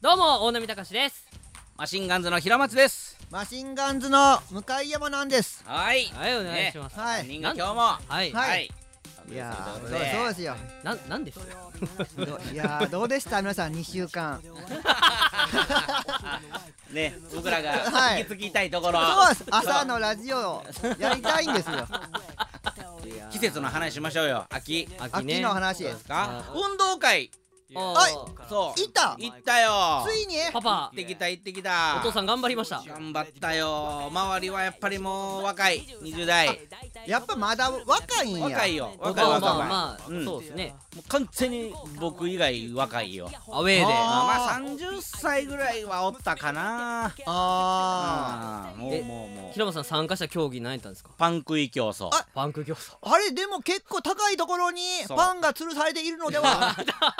どうも大波隆ですマシンガンズの平松ですマシンガンズの向山なんです。はいはいお願いします、はい三人が今日もははいはいいいやー、とそうこうとでそうですよ。なんなんですどいや ー、どうでした皆さん2週間。ね僕らが はい引き継ぎたいところ、そうです。朝のラジオをやりたいんで すよ。季節の話しましょうよ秋秋秋ねの話。そうですかあ運動会あーそういた行ったよついにパパ行ってきた行ってきたお父さん頑張りました頑張ったよ周りはやっぱりもう若い20代やっぱまだ若いんや。若いよまあ若い若いまあまあ、うんそうですねもう完全に僕以外若いよアウェーであまあ30歳ぐらいはおったかなああーもえうもうもう平本さん参加した競技何やったんですかパン食い競争あパンク競争ー。あれでも結構高いところにそうパンが吊るされているの では。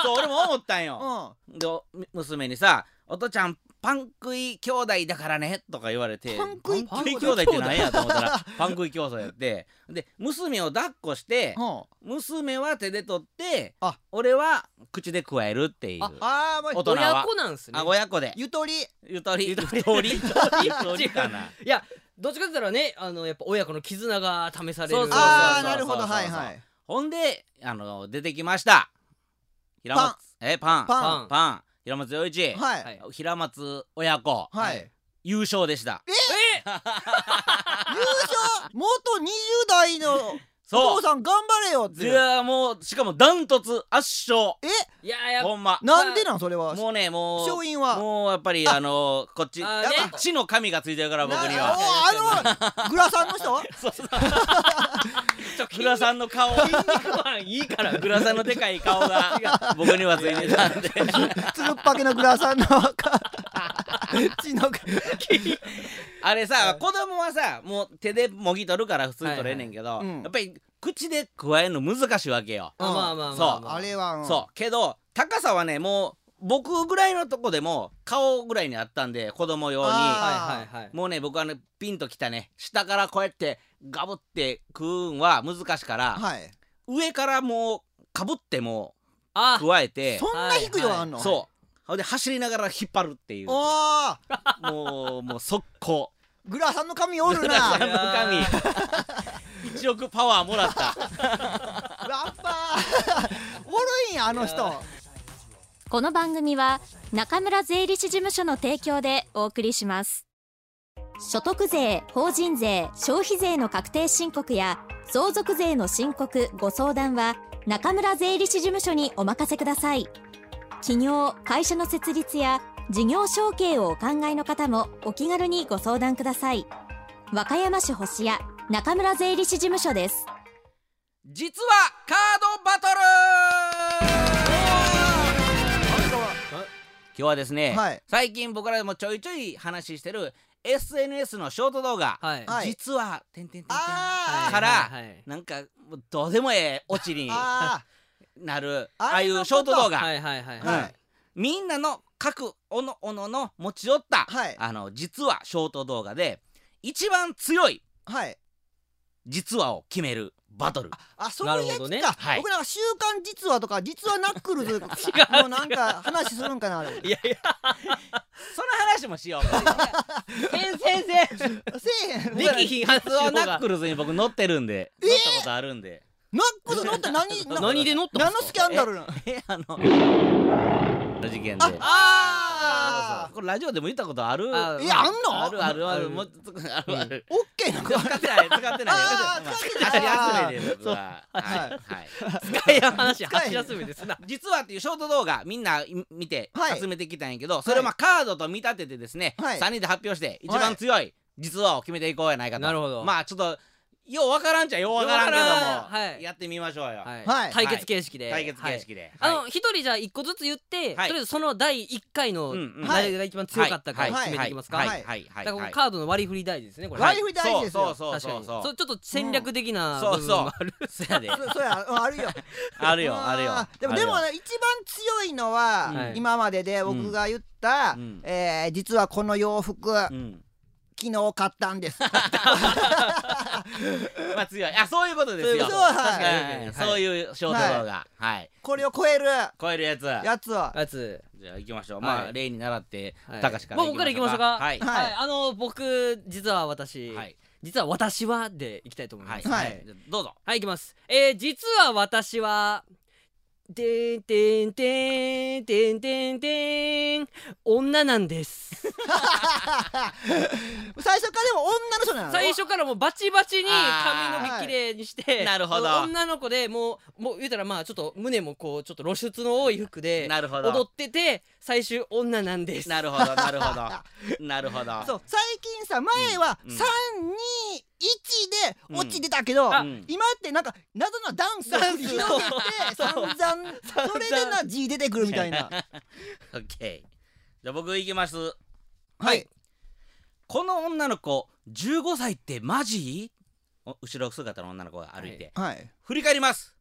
そう俺も思ったんうよ、ん。でむ娘にさ「お父ちゃんパン食い兄弟だからね」とか言われてパン食いパン兄弟って何やと思ったらパン食い競争やってで娘を抱っこしてうん。娘は手で取ってあ俺は口で加えるっていうああー、も大う人は親子なんですねあ親子でゆとり。ゆとりゆとりゆとりゆとりかないやどっちかって言ったらねあのやっぱ親子の絆が試されるそうそうそうあー、なるほど。そうそうはそいうはい。ほんであの出てきました平松えパンパンパン平松陽一、はい。はい平松親子、はい。優勝でした優勝元20代のおそ父さん頑張れよっういて。やもうしかもダントツ圧勝いややっぱほんまなんでなんそれは。もうねもう勝因は。もうやっぱりああのこっちあーねやっ地の神がついてるから僕になはおあのグラサンの人そうそうグラさんの顔いいからグラさんのでかい顔が 僕にはついてたんで つるっぱけのグラサンのか血のかあれさ子供はさもう手でもぎ取るから普通に取れんねんけど、いはいうんやっぱり口で加えるの難しいわけよ、まあまあまあまあま あれはうんそうけど高さはねもう僕ぐらいのとこでも顔ぐらいにあったんで子供用にあはいはいはいもうね僕はねピンときたね下からこうやってガブって食うんは難しいから、はい上からもうかぶってもあ加えてそんな低いのがあんのそうほんで走りながら引っ張るっていうもおーうもう速攻グラサンの髪お るなあラの神1億パワーもらったッパー おるんやあの人この番組は中村税理士事務所の提供でお送りします所得税法人税消費税の確定申告や相続税の申告ご相談は中村税理士事務所にお任せください企業会社の設立や事業承継をお考えの方もお気軽にご相談ください和歌山市星谷中村税理士事務所です実はカードバトル今日はですね、はい最近僕らでもちょいちょい話してる SNS のショート動画、はいはい実は「てんてんてんてん」あーからはいはいなんかもうどうでもええオチにあなるあああいあれのこうとショート動画、はいはいはいーははいみんなの各おのおのの持ち寄った、はいあの実はショート動画で一番強いはい実話を決いバトルあそういうやなるほどつねかはい僕なんか週刊実話とか実話ナックルズのなんか話するんかなあれいやいやその話もしよう先生先せえへん生 できひん発音ナックルズに僕乗ってるんで、乗ったことあるんでナックルズ乗って何な何で乗ったん何でのすスかキャンダルなのえあの事件であこれラジオでも言ったことあるああーえあんのるあるああるるもうつあるあるオッケーなの使ってない使ってないあー使ってない箸休めで僕ははいはい使いや話箸休めですな実はっていうショート動画みんない見てはい集めてきたんやけど、それをまあカードと見立ててですね、はい3人で発表して一番強い実話を決めていこうやないかとなるほどまあちょっとようわからんちゃようわからんけどもようわからんはいやってみましょうよ、はいはい対決形式で対決形式で、はいはいあの一人じゃあ一個ずつ言ってとはいりあえずその第一回のうんうん誰が一番強かったかはい決めていきますかはいだはかいはいはいらこはのいカードの割り振り大事ですねこれはい割り振り大事ですよそうそう確かそうにそそううちょっと戦略的なそ部う分そもあるうそうやでそそうやうんあるよ あるよーあるよであもるでよもね一番強いのは、はい今までで僕が言っうた、んえー実はこの洋服、うん昨日買ったんです。まあ強いあそういうことですそういうよこと確かはいにそういう衝動がはいこれを超える超えるやつや つは。やつじゃあ行きましょうまはあい例に習ってはい高しから僕から行きましょうかはいははい、あの僕実は私、はい実は私はでいきたいと思いはまいすははいいじゃあどうぞはい、いきます。えー、実は私は、てんてんてんてんてんてん、女なんです。最初からでも女の人なの。最初からもうバチバチにあー髪の毛きれいにして、なるほどもう女の子でもう、もう言うたらまあちょっと胸もこう、ちょっと露出の多い服で、なるほど踊ってて、最終女なんです。なるほどなるほどなるほどそう最近さ前はうん321で落ちてたけど、んあうん今ってなんか謎のダンスを繰り広げてダンス散を々それでな G 出てくるみたいなオッケーじゃあ僕行きますはいこの女の子15歳ってマジお後ろ姿の女の子が歩いてはい振り返ります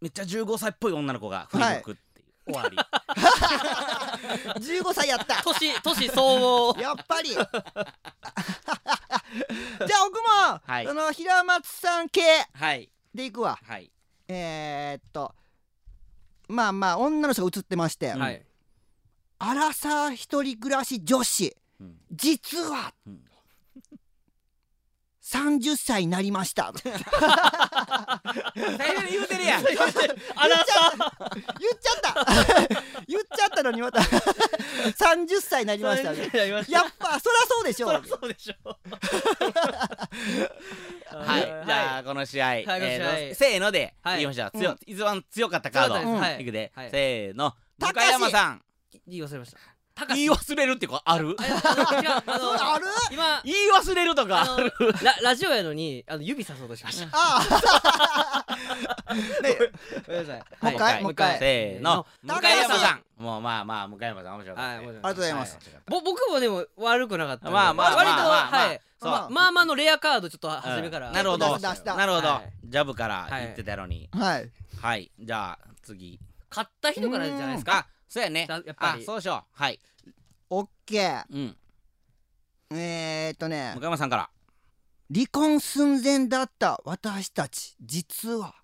めっちゃ15歳っぽい女の子が振り向くっていう、終わ15歳やった年、年相応。やっぱりじゃあ僕も、はいあの平松さん系りはいでいくわはいえー、っとまあまあ女の人が映ってまして、うんはい。アラサー一人暮らし女子うん実はうん30歳になりま した言っち最初に言うてるやんあらさ、ゃった 言っちゃったのにまた 30歳になりましたねやりましやっぱそりゃそうでしょた。そうりゃそうでしょ。 はい、じゃあこの試合、この試合えーとせーので、はい言いましょううん強、一番強かったカード、強かったですはいいくで、はいせーの高橋高山さん言い忘れました。高言い忘れるってこあるあいやあの違うあそのうある今言い忘れるとかああるのララジオやのにあの指さそうとしました。あごめんなさい。もう一回はもう一回せーの向高橋山さんもうまあまあ向山さん面白かはっい。たもねう一回ありがとうございますは面白かったぼ僕もでも悪くなかったんで。まあまあ割とまあまあまあはい。そうまあまあまあのレアカードちょっと初めから。なるほど出した出したなるほど、はいジャブから言ってたのにあはいはい、じゃあ次買った人からじゃないですか。あそうやねだやっぱありそうしようはいオッケーうんえー、っとね向山さんから離婚寸前だった私たち実は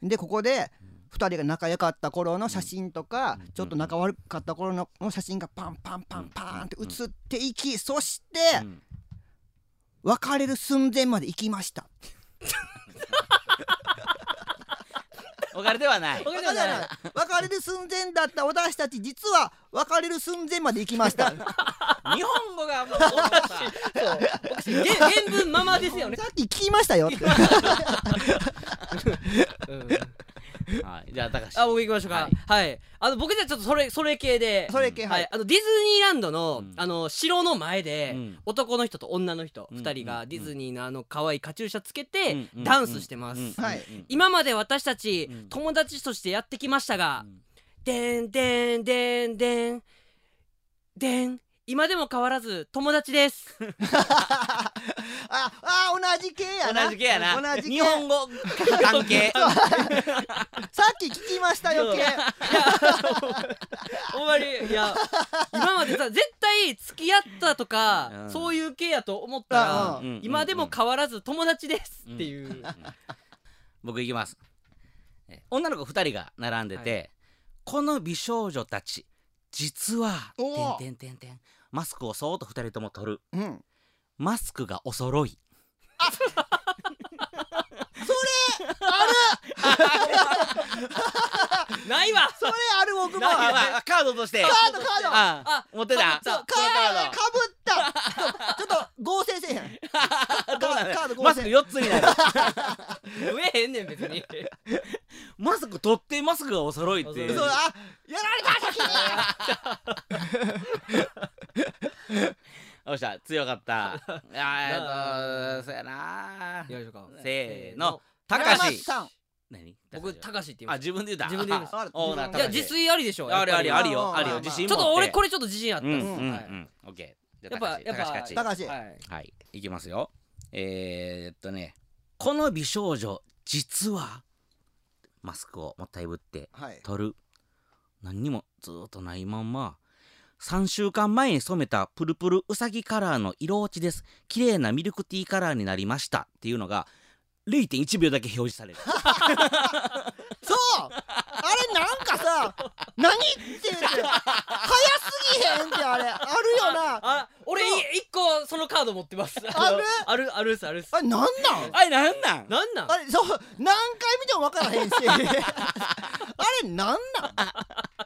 でここで2人が仲良かった頃の写真とか、うんちょっと仲悪かった頃のの写真がパンパンパンパーンって写っていき、そしてうん別れる寸前まで行きましたお金で はないわかりましただから別れる寸前だった私たち実は別れる寸前まで行きま したさ日本語がもうおかしい げ原文ままですよね。っき聞きました よってうんはい、じゃあ高橋あ僕行きましょうか。はい。あの僕じゃあちょっとそれそれ系で。それ系は、はいい、あのディズニーランドの,、うんあの城の前で、うん男の人と女の人うん2人うがんディズニーのあの可愛いカチューシャつけて、うんうんダンスしてます、うんはいうん今まで私たち、うん友達としてやってきましたがうん「でんでんでんでんでん今でも変わらず友達 です」ああ同じ系やな同じ系やな同じ系日本語関 係さっき聞きましたよ系ほんまにいや今までさ絶対付き合ったとか、うんそういう系やと思ったら、うんうん今でも変わらず友達ですって いう。僕いきますえ女の子二人が並んでて、はこの美少女たち実はおーてんてんてんてんマスクをそーっと二人とも取るうんマスクがお揃いないわそれある僕もあああカードとしてカカードカードああ持ってたそうカードドかぶったちょちょっと合成せえへんあ どうなんだカードマスク四つになる増えへんねん別に マスク取ってマスクがお揃いっていうおそう揃いあやられた先によっしゃ強かった あーえっとそうやないきましょうかせーの山高松橋さん何僕高高しって言い橋あまし自分で言った自分で言いましたあオーナーたい高橋や自炊ありでしょあるあるやっぱありるまあよまああるよまあ自ちょ信っ持ってと俺これちょっと自信あったうんんうですんうはいんオッケーやじゃっあぱ高や橋っぱ高橋高高橋はい橋はいいきますよえーっとねこの美少女実はマスクをもったいぶってはい取る何にもずーっとないまんま3週間前に染めたプルプルうさぎカラーの色落ちです綺麗なミルクティーカラーになりましたっていうのが0.1秒だけ表 示されるそうあれなんかさ何って言うて早すぎへんってあれあるよなあ俺い一個そのカード持ってますあるあるあるっすあるっすあれなんなんあれなんなんなんなんあれそう何回見ても分か らへんしあれなんなん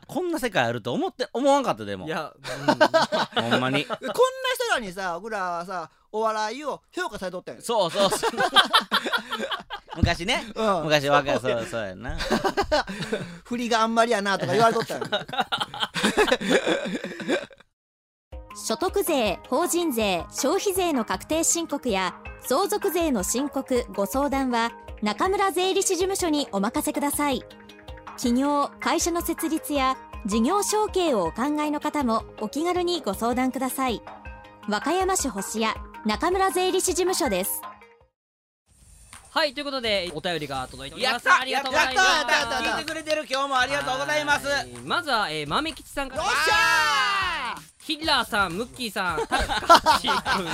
こんな世界あると思って思わんかったでもいや、うんほんまにこんな人らにさ僕らはさお笑いを評価されとったんやそうそ うそう昔ねうん、昔若いそうそうやな振りがあんまりやなとか言われとったん や所得税、法人税、消費税の確定申告や相続税の申告、ご相談は中村税理士事務所にお任せください。企業、会社の設立や事業承継をお考えの方もお気軽にご相談ください。和歌山市星谷中村税理士事務所です。はいということでお便りが届いておりやまっすたありがとうございますやったやったやったやった聞いてくれてる今日もありがとうございますはまずは、えー、豆吉さんからよっしゃヒッラーさんムッキーさんタッキー君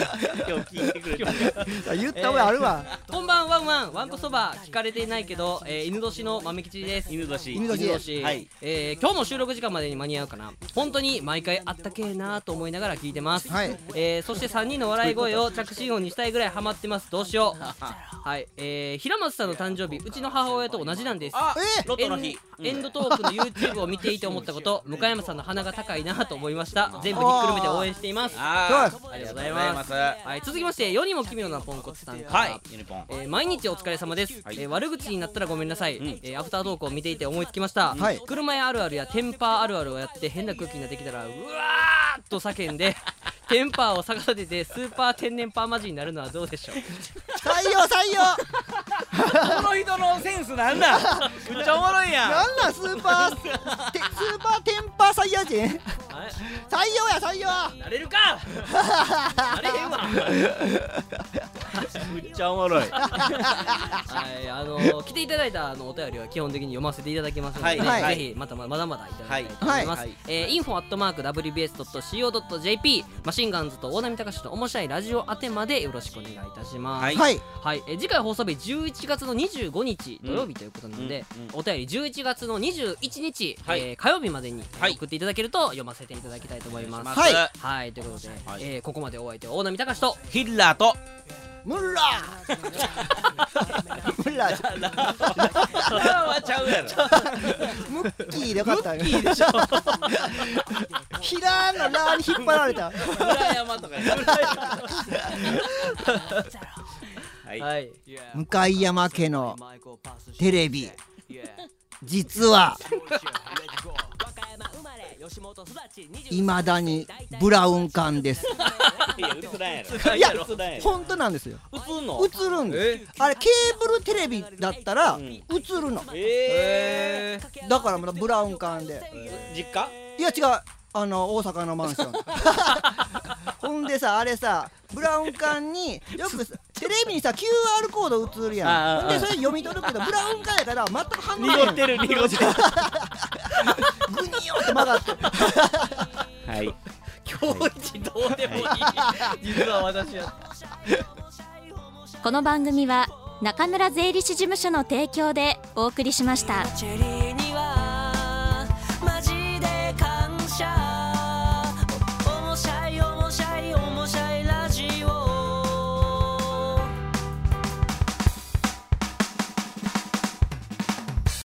今日聞いてくれー言った覚えあるわ、こんばんはワンワンわんこそば聞かれてないけど、えー、犬年の豆吉です犬年犬年はいえー今日の収録時間までに間に合うかな本当に毎回あったけえなと思いながら聞いてます、はいえーそして3人の笑い声を着信音にしたいぐらいハマってますどうし ようはい、えー、平松さんの誕生日うちの母親と同じなんですあえロットの日エンエンドトークの YouTube を見ていて思った こと向山さんの鼻が高いなと思いました全部ひっくるめて応援していますあそうーありがとうございますははい、続きまして世にも奇妙なポンコツさんから、いユニポンえー毎日お疲れ様です、はいえー悪口になったらごめんなさい、んえーアフタートークを見ていて思いつきました、はい車屋あるあるやテンパーあるあるをやって変な空気ができたらうわーっと叫んで テンパーを逆立ててスーパー天然パーマジになるのはどうでしょう採用採用この人のセンスなんだめっちゃおもろいやんなんなんスーパーてスーパーテンパーサイヤ人採あ用や採用れなれるかなれへんわめっちゃおもろいはい、あのー、来ていただいたあのお便りは基本的に読ませていただきますので、はいはいぜひまたままだまだいただきたいと思います。はいはいえー、info at mark wbs.co.jp マシンガンズと大波隆史の面白いラジオ宛てまでよろしくお願いいたします。は、はいいはいえー次回放送日11月の25日土曜日ということなので、うんうんお便り11月の21日、はいえー火曜日までにはい送っていただけると読ませていただきたいと思います。はいまはい、ということで、はいえーここまでお相手は大波隆史とすヒッラーと ムッラームッラーはちゃうやろムッキーでよかったムッキーでしょひらーのラーに引っ張られた裏山とかやはいはい、向山家のテレビ実は未だにブラウン管ですいや、映らんやいや映らんやろ本当なんですよ映んの映るんですあれケーブルテレビだったら映るのえーだからまだブラウン管で実家いや違うあの大阪のマ ンションほんでさあれさブラウン管によくさテレビにさ QR コード映るやあんあほんでそれ読み取るけどブラウン管やから全く反応濁なっいてる濁ってるグニョって曲がって はい今日一どうでもいい、実は私は。この番組は中村税理士事務所の提供でお送りしました。チェリーには